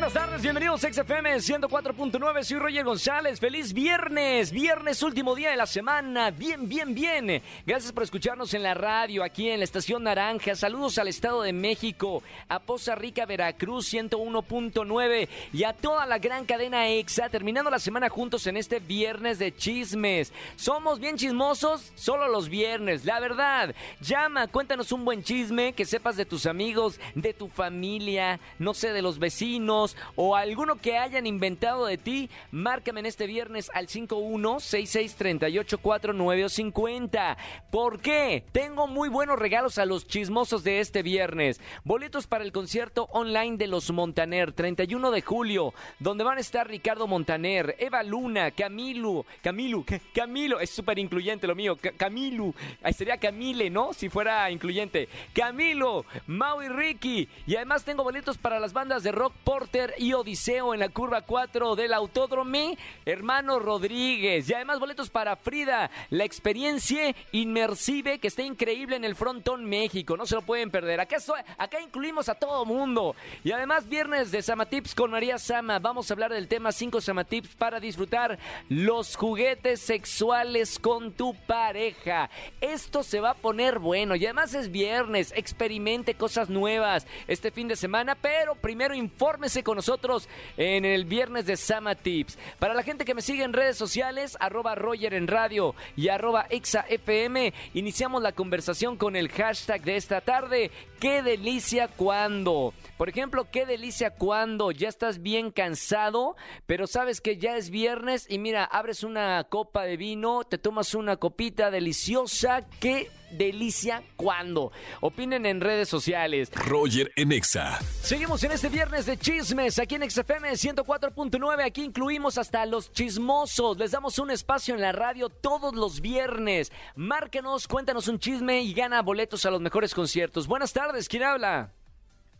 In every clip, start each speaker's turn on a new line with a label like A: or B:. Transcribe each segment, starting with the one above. A: Buenas tardes, bienvenidos a XFM 104.9, soy Roger González, feliz viernes, viernes último día de la semana, bien, bien, bien. Gracias por escucharnos en la radio, aquí en la Estación Naranja, saludos al Estado de México, a Poza Rica, Veracruz 101.9 y a toda la gran cadena EXA, terminando la semana juntos en este viernes de chismes. Somos bien chismosos solo los viernes, la verdad. Llama, cuéntanos un buen chisme que sepas de tus amigos, de tu familia, no sé, de los vecinos o alguno que hayan inventado de ti. Márcame en este viernes al 5166384950. ¿Por qué? Tengo muy buenos regalos a los chismosos de este viernes. Boletos para el concierto online de los Montaner, 31 de julio, donde van a estar Ricardo Montaner, Eva Luna, Camilu, Camilu, ca- Camilo, es súper incluyente lo mío, ca- Camilu, ahí sería Camile, ¿no? Si fuera incluyente. Camilo, Mau y Ricky, y además tengo boletos para las bandas de Rock Porter y Odiseo en la curva 4 del Autódromo, hermano Rodríguez, y además boletos para Frida, la experiencia inmersive que está increíble en el Frontón México, no se lo pueden perder. Acá, so- acá incluimos a todo mundo. Y además viernes de Samatips con María Sama, vamos a hablar del tema 5 Samatips para disfrutar los juguetes sexuales con tu pareja. Esto se va a poner bueno y además es viernes, experimente cosas nuevas este fin de semana, pero primero infórmese con nosotros en el viernes de Sama Tips. Para la gente que me sigue en redes sociales, arroba Roger en radio y arroba ExaFM, iniciamos la conversación con el hashtag de esta tarde, qué delicia cuando. Por ejemplo, qué delicia cuando ya estás bien cansado, pero sabes que ya es viernes y mira, abres una copa de vino, te tomas una copita deliciosa, qué delicia cuando. Opinen en redes sociales.
B: Roger en Exa.
A: Seguimos en este viernes de chismes aquí en XFM 104.9. Aquí incluimos hasta a los chismosos. Les damos un espacio en la radio todos los viernes. Márcanos, cuéntanos un chisme y gana boletos a los mejores conciertos. Buenas tardes, ¿quién habla?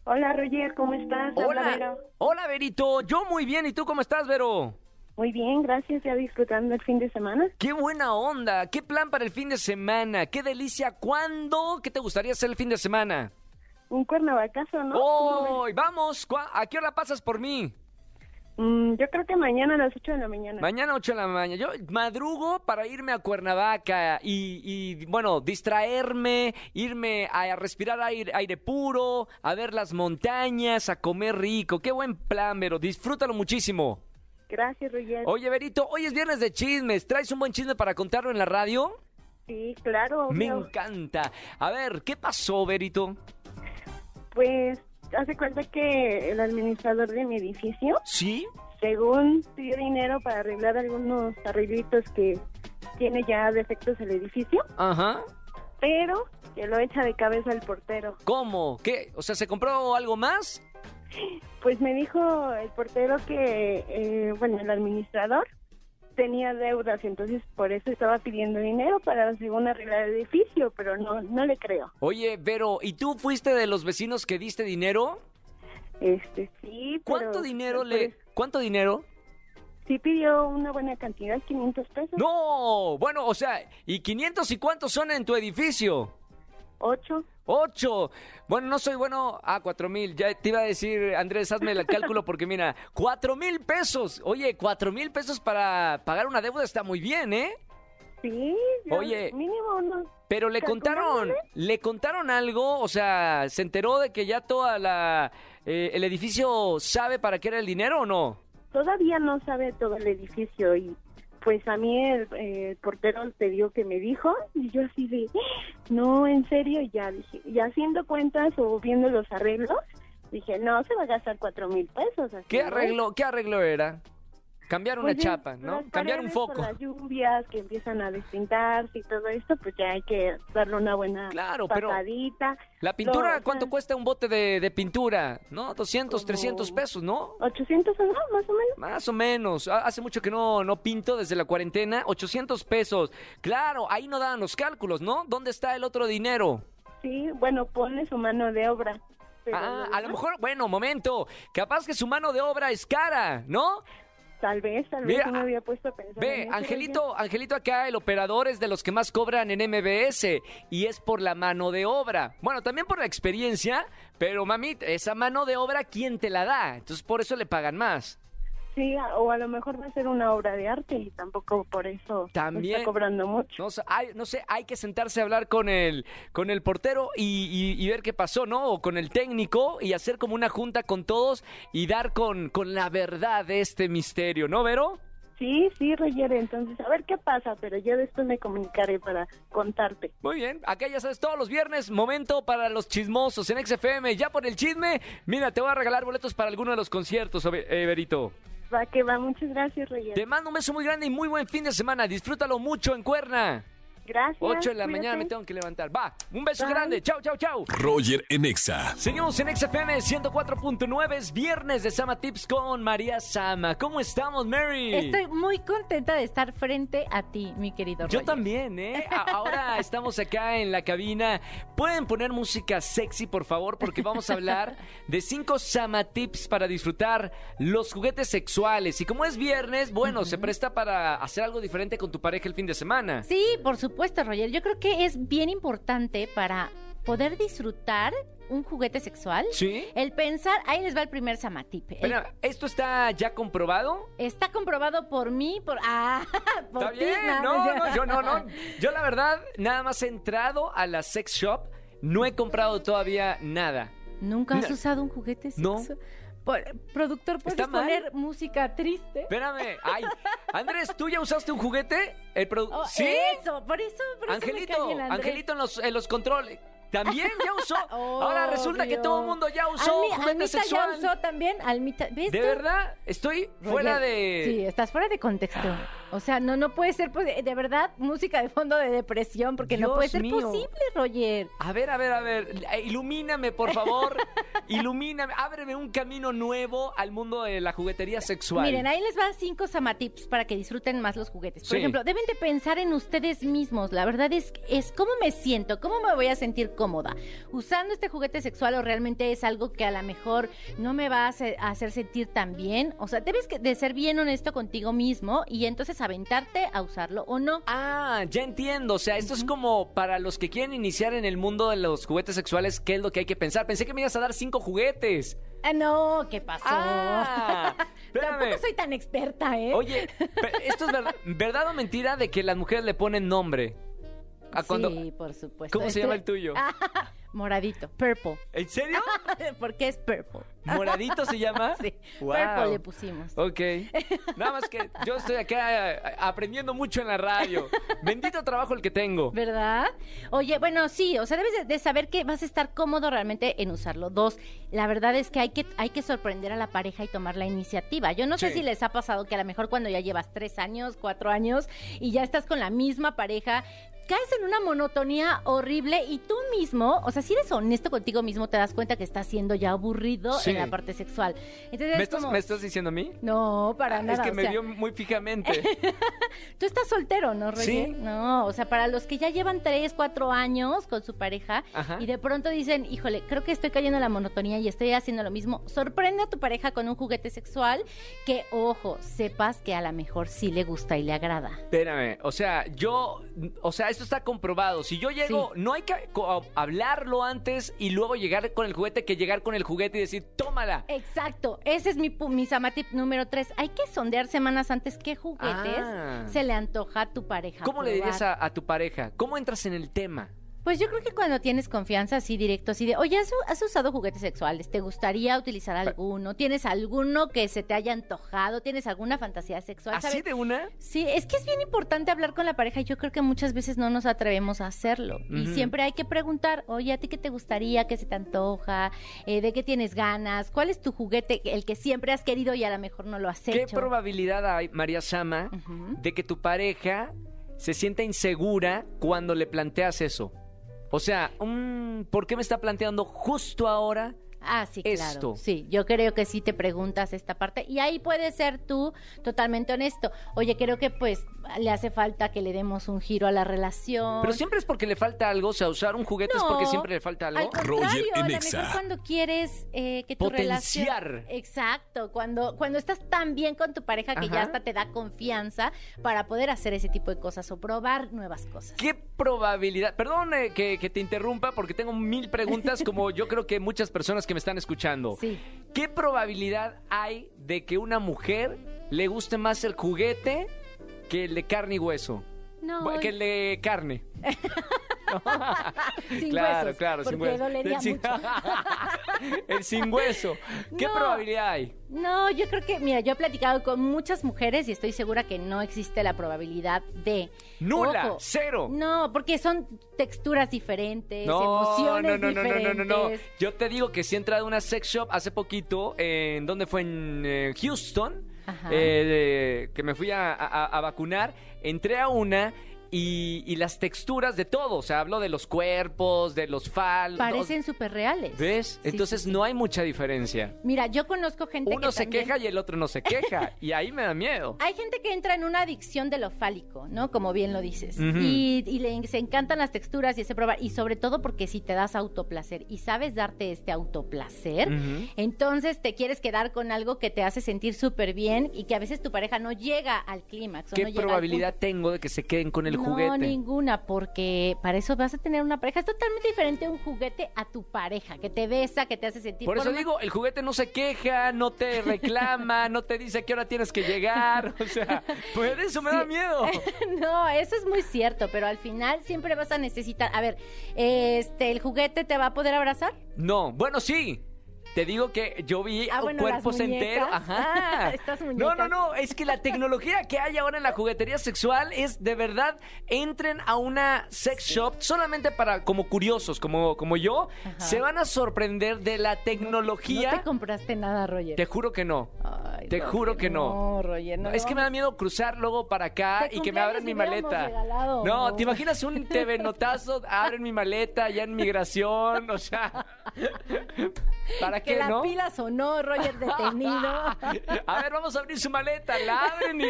C: Hola Roger, ¿cómo estás? Habla Vero.
A: Hola, Verito. Yo muy bien. ¿Y tú cómo estás, Vero?
C: Muy bien, gracias. Ya disfrutando el fin de semana.
A: Qué buena onda. Qué plan para el fin de semana. Qué delicia. ¿Cuándo? ¿Qué te gustaría hacer el fin de semana?
C: Un cuernavacazo, ¿no? ¿Cómo
A: ¡Hoy! ¡Vamos! ¿Cuá- ¿A qué hora pasas por mí?
C: ves? Mm, yo creo que mañana a las 8 de la mañana.
A: Mañana 8 de la mañana. Yo madrugo para irme a Cuernavaca y, y, bueno, distraerme, irme a respirar aire, aire puro, a ver las montañas, a comer rico. Qué buen plan, Vero. Disfrútalo muchísimo.
C: gracias Roger.
A: Oye, Verito, hoy es viernes de chismes. ¿Traes un buen chisme para contarlo en la radio?
C: Sí, claro.
A: Me
C: obvio.
A: encanta. A ver, ¿qué pasó, Verito?
C: Pues, hace cuenta que el administrador de mi edificio,
A: ¿Sí?
C: según pidió dinero para arreglar algunos arreglitos que tiene ya defectos el edificio,
A: Ajá.
C: pero que lo echa de cabeza el portero.
A: ¿Cómo? ¿Qué? O sea, ¿se compró algo más?
C: Pues me dijo el portero que, eh, bueno, el administrador tenía deudas, entonces por eso estaba pidiendo dinero para según arreglar el edificio, pero no, no le creo.
A: Oye, Vero, ¿y tú fuiste de los vecinos que diste dinero?
C: Este, sí, pero-
A: ¿Cuánto dinero
C: pues,
A: le.? ¿Cuánto dinero?
C: Sí pidió una buena cantidad, 500 pesos,
A: ¡No! Bueno, o sea, ¿y 500 y cuántos son en tu edificio?
C: ocho.
A: ¡Ocho! Bueno, no soy bueno. Ah, cuatro mil. Ya te iba a decir, Andrés, hazme el cálculo porque mira, cuatro mil pesos. Oye, cuatro mil pesos para pagar una deuda está muy bien, ¿eh?
C: Sí, yo-
A: Oye.
C: mínimo uno.
A: Pero le contaron, le contaron algo, o sea, ¿se enteró de que ya toda la. eh, el edificio sabe para qué era el dinero o no?
C: Todavía no sabe todo el edificio y pues a mí el, eh, el portero te dijo que me dijo y yo así de, "Ah, no, en serio, y ya dije, y haciendo cuentas o viendo los arreglos, dije, no, se va a gastar cuatro mil pesos. así,
A: ¿Qué
C: ¿no?
A: arreglo, qué arreglo era? Cambiar una
C: Pues es-
A: chapa, ¿no?
C: las
A: Cambiar un
C: paredes por
A: foco.
C: las lluvias que empiezan a despintarse y todo esto, pues ya hay que darle una buena
A: Claro, pero-
C: pasadita.
A: La pintura,
C: Lo-
A: ¿cuánto cuesta un bote de, de pintura? ¿No? 200,
C: Como-
A: 300 pesos, ¿no?
C: 800 o no, más o menos.
A: Más o menos. Ha- Hace mucho que no, no pinto desde la cuarentena. 800 pesos. Claro, ahí no daban los cálculos, ¿no? ¿Dónde está el otro dinero?
C: Sí, bueno, ponle su mano de obra. pero
A: ah,
C: lo
A: a lo
C: demás-
A: mejor, bueno, momento. Capaz que su mano de obra es cara, ¿no?
C: Tal vez, tal vez
A: Mira,
C: no me había puesto a pensar. en
A: Ve,
C: eso,
A: Angelito, Angelito acá, el operador es de los que más cobran en MBS y es por la mano de obra. Bueno, también por la experiencia, pero mami, esa mano de obra, ¿quién te la da? Entonces por eso le pagan más.
C: oye. Sí, a- o a lo mejor va a ser una obra de arte y tampoco por eso me
A: También.
C: está cobrando mucho.
A: No, sé, hay, no sé, hay que sentarse a hablar con el, con el portero y, y- y ver qué pasó, ¿no? O con el técnico y hacer como una junta con todos y dar con, con la verdad de este misterio, ¿no, Vero?
C: Sí, sí, Roger, entonces a ver qué pasa, pero yo después me comunicaré para contarte.
A: Muy bien, acá ya sabes, todos los viernes, momento para los chismosos en XFM. Ya por el chisme, mira, te voy a regalar boletos para alguno de los conciertos, Obe- eh, Berito.
C: Va que va, muchas gracias, Roger.
A: Te mando un beso muy grande y muy buen fin de semana. Disfrútalo mucho en Cuerna.
C: Gracias.
A: 8 de la mañana me
C: cuídate.
A: tengo que levantar. Va, un beso
C: Bye.
A: grande. Chau, chau, chau.
B: Roger en Exa.
A: Seguimos en XFM 104.9, es viernes de Sama Tips con María Sama. ¿Cómo estamos, Mary?
D: Estoy muy contenta de estar frente a ti, mi querido
A: Yo
D: Roger.
A: también, ¿eh? A- Ahora estamos acá en la cabina. ¿Pueden poner música sexy, por favor? Porque vamos a hablar de cinco Sama Tips para disfrutar los juguetes sexuales. Y como es viernes, bueno, se presta para hacer algo diferente con tu pareja el fin de semana.
D: Sí, por supuesto, Roger. Yo creo que es bien importante para poder disfrutar un juguete sexual.
A: ¿Sí?
D: El pensar, ahí les va el primer samatip. El-
A: Espera, ¿esto está ya comprobado?
D: Está comprobado por mí, por ah, por
A: Está
D: ti,
A: bien,
D: nada
A: no,
D: más.
A: no, yo no, no. Yo la verdad, nada más he entrado a la sex shop, no he comprado todavía nada.
D: Nunca has
A: No.
D: usado un juguete
A: No.
D: sexual. Por- productor, puedes
A: Está mal.
D: poner música triste.
A: Espérame, ay, Andrés, ¿tú ya usaste un juguete? El produ-
D: Oh,
A: ¿Sí?
D: Eso, por eso, por eso me
A: Angelito,
D: cae el Andrés.
A: Angelito en los, en los controles. También ya usó.
D: Oh,
A: Ahora resulta que
D: Obvio.
A: todo el mundo ya usó
D: Almi-
A: juguete
D: Almita
A: sexual.
D: ya usó también, Almita. ¿Ves
A: De
D: tú?
A: verdad, estoy
D: Roger,
A: fuera de.
D: Sí, estás fuera de contexto. O sea, no, no puede ser, pues, de verdad, música de fondo de depresión, porque no
A: Dios
D: puede ser
A: mío.
D: posible, Roger.
A: A ver, a ver, a ver, eh, ilumíname, por favor. ilumíname, ábreme un camino nuevo al mundo de la juguetería sexual.
D: Miren, ahí les van cinco samatips para que disfruten más los juguetes. Por
A: Sí.
D: ejemplo, deben de pensar en ustedes mismos. La verdad es, es cómo me siento, cómo me voy a sentir cómoda usando este juguete sexual o realmente es algo que a lo mejor no me va a hacer, a hacer sentir tan bien. O sea, debes que- de ser bien honesto contigo mismo y entonces aventarte a usarlo o no.
A: Ah, ya entiendo. O sea, esto es como para los que quieren iniciar en el mundo de los juguetes sexuales, ¿qué es lo que hay que pensar? Pensé que me ibas a dar cinco juguetes.
D: Ah, no, ¿qué pasó?
A: Ah, espérame.
D: Tampoco soy tan experta, ¿eh?
A: Oye, pe- ¿esto es verdad, verdad o mentira de que las mujeres le ponen nombre? A cuando...
D: Sí, por supuesto.
A: ¿Cómo se
D: Este-
A: llama el tuyo?
D: Ah, moradito, purple.
A: ¿En serio?
D: Porque es purple.
A: ¿Moradito se llama?
D: Sí,
A: Wow.
D: purple le pusimos.
A: Ok. Nada más que yo estoy acá eh, aprendiendo mucho en la radio. Bendito trabajo el que tengo.
D: ¿Verdad? Oye, bueno, sí, o sea, debes de- de saber que vas a estar cómodo realmente en usarlo. Dos, la verdad es que hay que, hay que sorprender a la pareja y tomar la iniciativa. Yo no sé
A: Sí.
D: si les ha pasado que a lo mejor cuando ya llevas tres años, cuatro años y ya estás con la misma pareja. Caes en una monotonía horrible y tú mismo, o sea, si eres honesto contigo mismo, te das cuenta que estás siendo ya aburrido
A: Sí.
D: en la parte sexual. Entonces,
A: ¿Me
D: es
A: estás,
D: como-
A: ¿Me estás diciendo a mí?
D: No, para
A: Ah,
D: nada.
A: es que
D: o
A: me
D: sea,
A: vio muy fijamente.
D: Tú estás soltero, ¿no, Roger?
A: Sí.
D: No, o sea, para los que ya llevan tres, cuatro años con su pareja
A: Ajá.
D: y de pronto dicen, híjole, creo que estoy cayendo en la monotonía y estoy haciendo lo mismo, sorprende a tu pareja con un juguete sexual que, ojo, sepas que a lo mejor sí le gusta y le agrada.
A: Espérame, o sea, yo, o sea, esto está comprobado. Si yo llego, no hay que co- hablarlo antes y luego llegar con el juguete que llegar con el juguete y decir, tómala.
D: Exacto, ese es mi, pu- mi samatip número tres. Hay que sondear semanas antes qué juguetes
A: Ah.
D: se le antoja a tu pareja.
A: ¿Cómo le
D: probar.
A: dirías a, a tu pareja? ¿Cómo entras en el tema?
D: Pues yo creo que cuando tienes confianza así directo, así de, oye, ¿has, has usado juguetes sexuales? ¿Te gustaría utilizar
A: Ah.
D: alguno? ¿Tienes alguno que se te haya antojado? ¿Tienes alguna fantasía sexual?
A: ¿Así
D: ¿Sabes?
A: de una?
D: Sí, es que es bien importante hablar con la pareja y yo creo que muchas veces no nos atrevemos a hacerlo. Y
A: Ujú.
D: siempre hay que preguntar, oye, ¿a ti qué te gustaría? ¿Qué se te antoja? Eh, ¿De qué tienes ganas? ¿Cuál es tu juguete, el que siempre has querido y a lo mejor no lo has
A: ¿Qué
D: hecho?
A: probabilidad hay, María Sama,
D: Ujú.
A: de que tu pareja se sienta insegura cuando le planteas eso? O sea, mm, ¿por qué me está planteando justo ahora
D: Ah, sí, claro.
A: esto.
D: Sí, yo creo que sí te preguntas esta parte y ahí puedes ser tú totalmente honesto. Oye, creo que pues le hace falta que le demos un giro a la relación.
A: Pero siempre es porque le falta algo, o sea, usar un juguete es
D: No,
A: porque siempre le falta
D: Al
A: algo.
D: contrario,
B: Roger
D: a lo
B: Enexa.
D: mejor cuando quieres eh, que tu
A: Potenciar.
D: relación... Exacto, cuando, cuando estás tan bien con tu pareja que
A: Ajá.
D: ya hasta te da confianza para poder hacer ese tipo de cosas o probar nuevas cosas.
A: ¿Qué probabilidad? Perdón eh, que, que te interrumpa porque tengo mil preguntas como yo creo que muchas personas que me están escuchando.
D: Sí.
A: ¿Qué probabilidad hay de que una mujer le guste más el juguete que el de carne y hueso?
D: No,
A: Bu- Que el de carne.
D: sin
A: claro,
D: huesos,
A: claro, sin
D: porque
A: hueso.
D: dolería
A: el, sin...
D: mucho.
A: el sin hueso. ¿Qué
D: No.
A: probabilidad hay?
D: No, yo creo que, mira, yo he platicado con muchas mujeres y estoy segura que no existe la probabilidad de.
A: Nula,
D: Ojo,
A: cero.
D: No, porque son texturas diferentes,
A: Oh. no,
D: emociones
A: no, no, no,
D: diferentes.
A: no, no, no. Yo te digo que sí he entrado a una sex shop hace poquito, eh, en donde fue en eh, Houston,
D: Ajá.
A: eh, de- que me fui a, a- a vacunar, entré a una y, y las texturas de todo, o sea, hablo de los cuerpos, de los faldos.
D: Parecen súper reales.
A: ¿Ves?
D: Sí,
A: Entonces
D: sí, sí.
A: no hay mucha diferencia.
D: Mira, yo conozco gente
A: Uno
D: que
A: se
D: también- Ah,
A: queja y el otro no se queja, y ahí me da miedo.
D: Hay gente que entra en una adicción de lo fálico, ¿no? Como bien lo dices.
A: Ujú.
D: Y, y le se encantan las texturas y ese probar. Y sobre todo porque si te das autoplacer y sabes darte este autoplacer,
A: Ujú.
D: entonces te quieres quedar con algo que te hace sentir súper bien y que a veces tu pareja no llega al clímax. o
A: ¿Qué
D: no llega al
A: probabilidad tengo de que se queden con el
D: no,
A: juguete?
D: ninguna, porque para eso vas a tener una pareja. Es totalmente diferente un juguete a tu pareja, que te besa, que te hace sentir.
A: Por eso
D: más-
A: digo, el juguete no se queja, no te reclama, no te dice a qué hora tienes que llegar. O sea, pues eso me da
D: Sí.
A: miedo.
D: No, eso es muy cierto, pero al final siempre vas a necesitar. A ver, este, ¿el juguete te va a poder abrazar?
A: No, bueno, sí. Te digo que yo vi
D: Ah, bueno,
A: cuerpos
D: las muñecas.
A: enteros. Eh, Ajá.
D: Estas
A: no, no,
D: muñecas.
A: no. Es que la tecnología que hay ahora en la juguetería sexual es de verdad. Entren a una sex shop solamente para, como curiosos, como, como yo,
D: Ajá.
A: se van a sorprender de la tecnología.
D: No te compraste nada, Roger.
A: te juro que no.
D: Ay,
A: te juro que no.
D: No, Roger, no.
A: No, es que me da miedo cruzar luego para acá
D: De
A: Ah, y que me abran mi
D: cumpleaños hubiéramos
A: maleta.
D: regalado,
A: no,
D: ¿no?
A: ¿te imaginas un TV notazo? Abren mi maleta ya en migración, o sea. ¿Para
D: Que
A: qué,
D: la
A: no?
D: pila sonó, Roger detenido.
A: A ver, vamos a abrir su maleta, la abren y.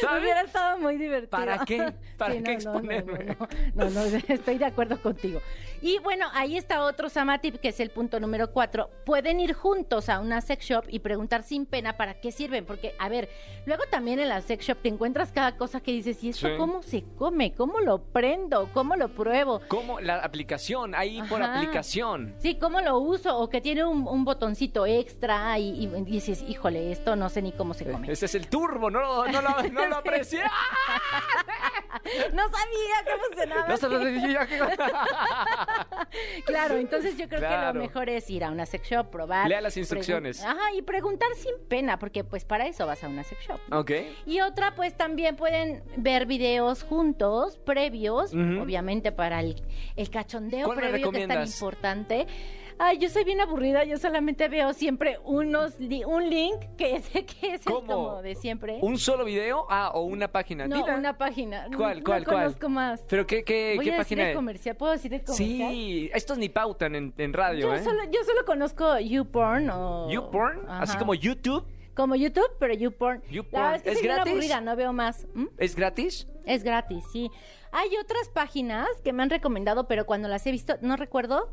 A: ¿Sabes?
D: Hubiera estado muy divertido.
A: ¿Para qué? ¿Para qué exponerme?
D: No no, no, no, estoy de acuerdo contigo. Y bueno, ahí está otro Samatip, que es el punto número cuatro. Pueden ir juntos a una sex shop y preguntar sin pena para qué sirven. Porque, a ver, luego también en la sex shop te encuentras cada cosa que dices, ¿y esto
A: Sí.
D: cómo se come? ¿Cómo lo prendo? ¿Cómo lo pruebo?
A: ¿Cómo? La aplicación, ahí por
D: Ajá.
A: aplicación.
D: Sí, ¿cómo lo uso? O que tiene un, un botoncito extra y, y dices, híjole, esto no sé ni cómo se come.
A: Ese es el turbo, no, lo- no, lo, no lo aprecié. Ah,
D: No sabía que funcionaba.
A: No se lo-
D: Claro, entonces yo creo que
A: Claro.
D: lo mejor es ir a una sex shop, probar.
A: Lea las instrucciones.
D: pregun- Ajá, y preguntar sin pena, porque pues para eso vas a una sex shop.
A: ok.
D: Y otra, pues también pueden ver videos juntos, previos,
A: Ujú.
D: obviamente para el, el cachondeo
A: ¿Cuál me
D: previo que es tan
A: recomiendas?
D: importante. Ay, yo soy bien aburrida, yo solamente veo siempre unos li- un link que es, que es el
A: ¿Cómo?
D: como de siempre.
A: ¿Un solo video? Ah, o una página.
D: no,
A: Dila.
D: una página. No-
A: ¿Cuál,
D: no
A: cuál, cuál?
D: conozco más.
A: ¿Pero qué, qué,
D: Voy
A: qué
D: a decir
A: página
D: el
A: es?
D: comercial, ¿puedo decir el comercial?
A: Sí, estos ni pautan en, en radio,
D: Yo
A: ¿eh?
D: solo, yo solo conozco YouPorn o...
A: YouPorn, así
D: Ajá.
A: como YouTube,
D: Como YouTube, pero YouPorn.
A: YouPorn.
D: La verdad es que
A: ¿Es
D: soy bien
A: gratis?
D: aburrida, no veo más. ¿Mm?
A: ¿es gratis?
D: Es gratis, sí. Hay otras páginas que me han recomendado, pero cuando las he visto, no recuerdo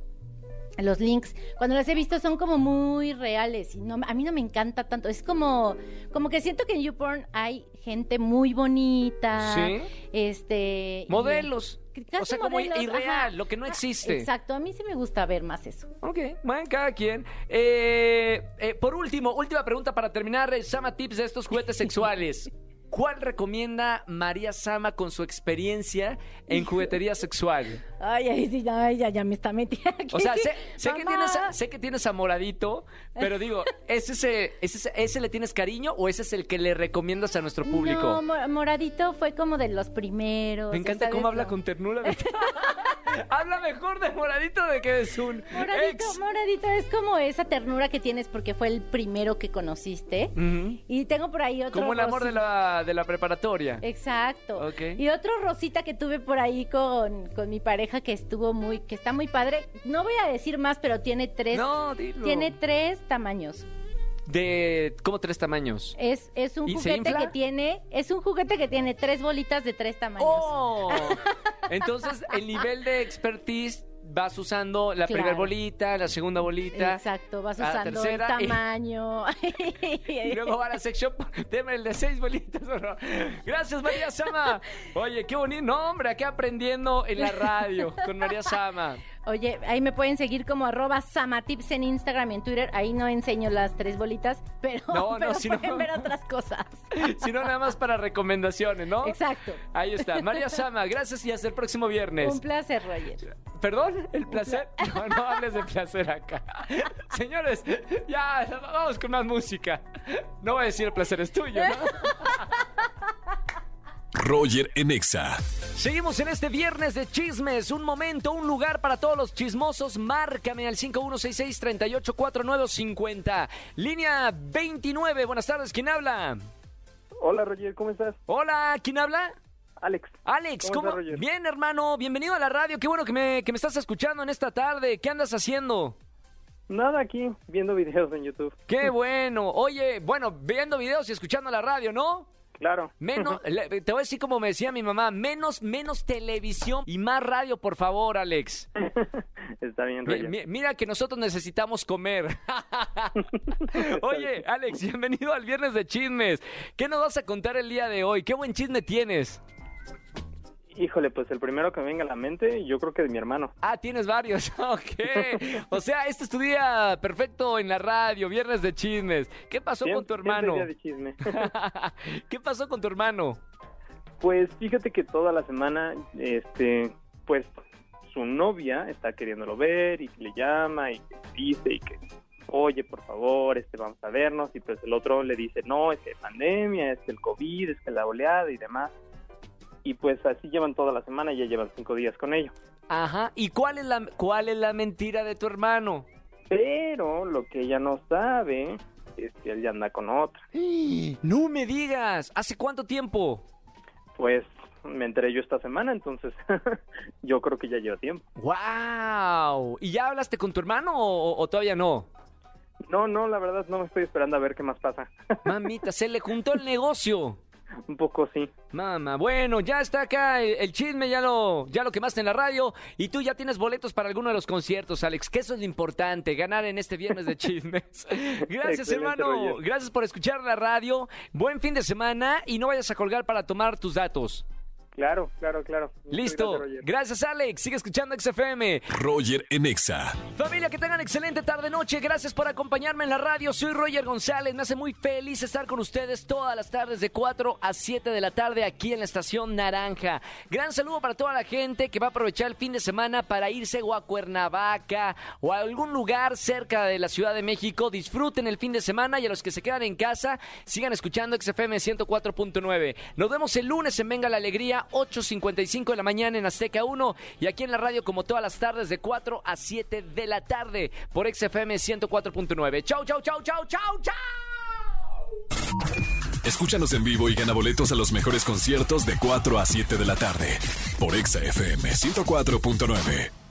D: los links. Cuando las he visto son como muy reales y no, a mí no me encanta tanto. Es como, como que siento que en YouPorn hay gente muy bonita.
A: Sí.
D: Este. y-
A: Modelos.
D: Casi
A: o sea, como
D: modelos,
A: irreal,
D: ajá.
A: lo que no
D: Ah,
A: existe.
D: Exacto, a mí sí me gusta ver más eso.
A: Ok, bueno, cada quien. Eh, eh, por último, última pregunta para terminar, eh, Sama Tips de estos juguetes sexuales. ¿Cuál recomienda María Sama con su experiencia en juguetería sexual?
D: Ay, ay, sí, ya, ya, ya me está metida aquí.
A: O sea,
D: Sí.
A: sé, sé que
D: Mamá.
A: tienes, a- sé que tienes a Moradito, pero digo, ¿es ese, es ese, ese le tienes cariño o ese es el que le recomiendas a nuestro público?
D: No, Mo- Moradito fue como de los primeros.
A: Me encanta
D: ¿sabes?
A: cómo habla
D: No.
A: con ternura. de- Habla mejor de Moradito de que es un
D: Moradito,
A: ex.
D: moradito, es como esa ternura que tienes porque fue el primero que conociste.
A: Ujú.
D: Y tengo por ahí otro.
A: Como el amor
D: rosi-
A: de la, de la preparatoria.
D: Exacto.
A: Ok.
D: Y otro rosita que tuve por ahí con, con mi pareja que estuvo muy, que está muy padre. No voy a decir más, pero tiene tres.
A: no, dilo.
D: Tiene tres tamaños.
A: De como tres tamaños.
D: Es, es un
A: ¿Y se
D: juguete
A: infla?
D: que tiene, es un juguete que tiene tres bolitas de tres tamaños.
A: ¡Oh! Entonces, el nivel de expertise vas usando la
D: Claro.
A: primera bolita, la segunda bolita.
D: Exacto, vas
A: a la
D: usando el
A: tercera y-
D: tamaño.
A: Y luego va a la sex shop, deme el de seis bolitas. por favor. Gracias, María Sama. Oye, qué bonito. No, hombre, aquí aprendiendo en la radio con María Sama.
D: Oye, ahí me pueden seguir como arroba samatips en Instagram y en Twitter. Ahí no enseño las tres bolitas, pero,
A: No, no,
D: pero
A: si no-
D: pueden ver otras cosas.
A: Si no, nada más para recomendaciones, ¿no?
D: Exacto.
A: Ahí está. María Sama, gracias y hasta el próximo viernes.
D: Un placer, Roger.
A: ¿Perdón? ¿El placer? No, no hables de placer acá. Señores, ya, vamos con más música. No voy a decir el placer es tuyo, ¿no?
B: Roger en Exa.
A: Seguimos en este viernes de chismes. Un momento, un lugar para todos los chismosos. Márcame al 5166-384950. Línea 29. Buenas tardes, ¿quién habla?
E: Hola Roger, ¿cómo estás?
A: Hola, ¿quién habla?
E: Alex.
A: Alex,
E: ¿Cómo
A: ¿cómo?
E: estás, Roger?
A: Bien, hermano. Bienvenido a la radio. Qué bueno que me, que me estás escuchando en esta tarde. ¿Qué andas haciendo?
E: Nada aquí, viendo videos en YouTube.
A: Qué bueno. Oye, bueno, viendo videos y escuchando la radio, ¿no?
E: Claro.
A: Menos, le- te voy a decir como me decía mi mamá, menos, menos televisión y más radio, por favor, Alex.
E: Está bien,
A: Mi-
E: Roger.
A: mi- mira que nosotros necesitamos comer. Oye, Alex, bienvenido al viernes de chismes. ¿Qué nos vas a contar el día de hoy? ¿Qué buen chisme tienes?
E: Híjole, pues el primero que me venga a la mente, yo creo que de mi hermano.
A: Ah, tienes varios. ok. O sea, este es tu día perfecto en la radio, viernes de chismes. ¿Qué pasó con tu
E: Siempre- siempre
A: hermano?
E: día de chisme.
A: ¿Qué pasó con tu hermano?
E: Pues fíjate que toda la semana, este, pues su novia está queriéndolo ver y le llama y le dice y que, oye, por favor, este, vamos a vernos. Y pues el otro le dice, no, es que hay pandemia, es que el COVID, es que la oleada y demás. Y pues así llevan toda la semana, ya llevan cinco días con ello.
A: Ajá. ¿Y cuál es la, cuál es la mentira de tu hermano?
E: Pero lo que ella no sabe es que él ya anda con otra.
A: No me digas. ¿Hace cuánto tiempo?
E: Pues me enteré yo esta semana, entonces yo creo que ya lleva tiempo.
A: ¡Wow! ¿Y ya hablaste con tu hermano o, o todavía no?
E: No, no, la verdad no me estoy esperando a ver qué más pasa.
A: Mamita, se le juntó el negocio.
E: Un poco sí.
A: Mamá, bueno, ya está acá el, el chisme, ya lo, ya lo quemaste en la radio y tú ya tienes boletos para alguno de los conciertos, Alex, que eso es lo importante, ganar en este viernes de chismes. Gracias,
E: Excelente,
A: hermano.
E: Roger.
A: Gracias por escuchar la radio. Buen fin de semana y no vayas a colgar para tomar tus datos.
E: Claro, claro, claro. Muchas
A: Listo.
E: gracias, Roger.
A: Gracias, Alex. Sigue escuchando XFM.
B: Roger en Exa.
A: Familia, que tengan excelente tarde-noche. Gracias por acompañarme en la radio. Soy Roger González. Me hace muy feliz estar con ustedes todas las tardes de 4 a 7 de la tarde aquí en la Estación Naranja. Gran saludo para toda la gente que va a aprovechar el fin de semana para irse o a Cuernavaca o a algún lugar cerca de la Ciudad de México. Disfruten el fin de semana y a los que se quedan en casa, sigan escuchando XFM 104.9. Nos vemos el lunes en Venga la Alegría, 8.55 de la mañana en Azteca 1 y aquí en la radio como todas las tardes de 4 a 7 de la tarde por XFM 104.9. Chau, chau, chau, chau, chau, chau.
B: Escúchanos en vivo y gana boletos a los mejores conciertos de 4 a 7 de la tarde por Exa FM 104.9.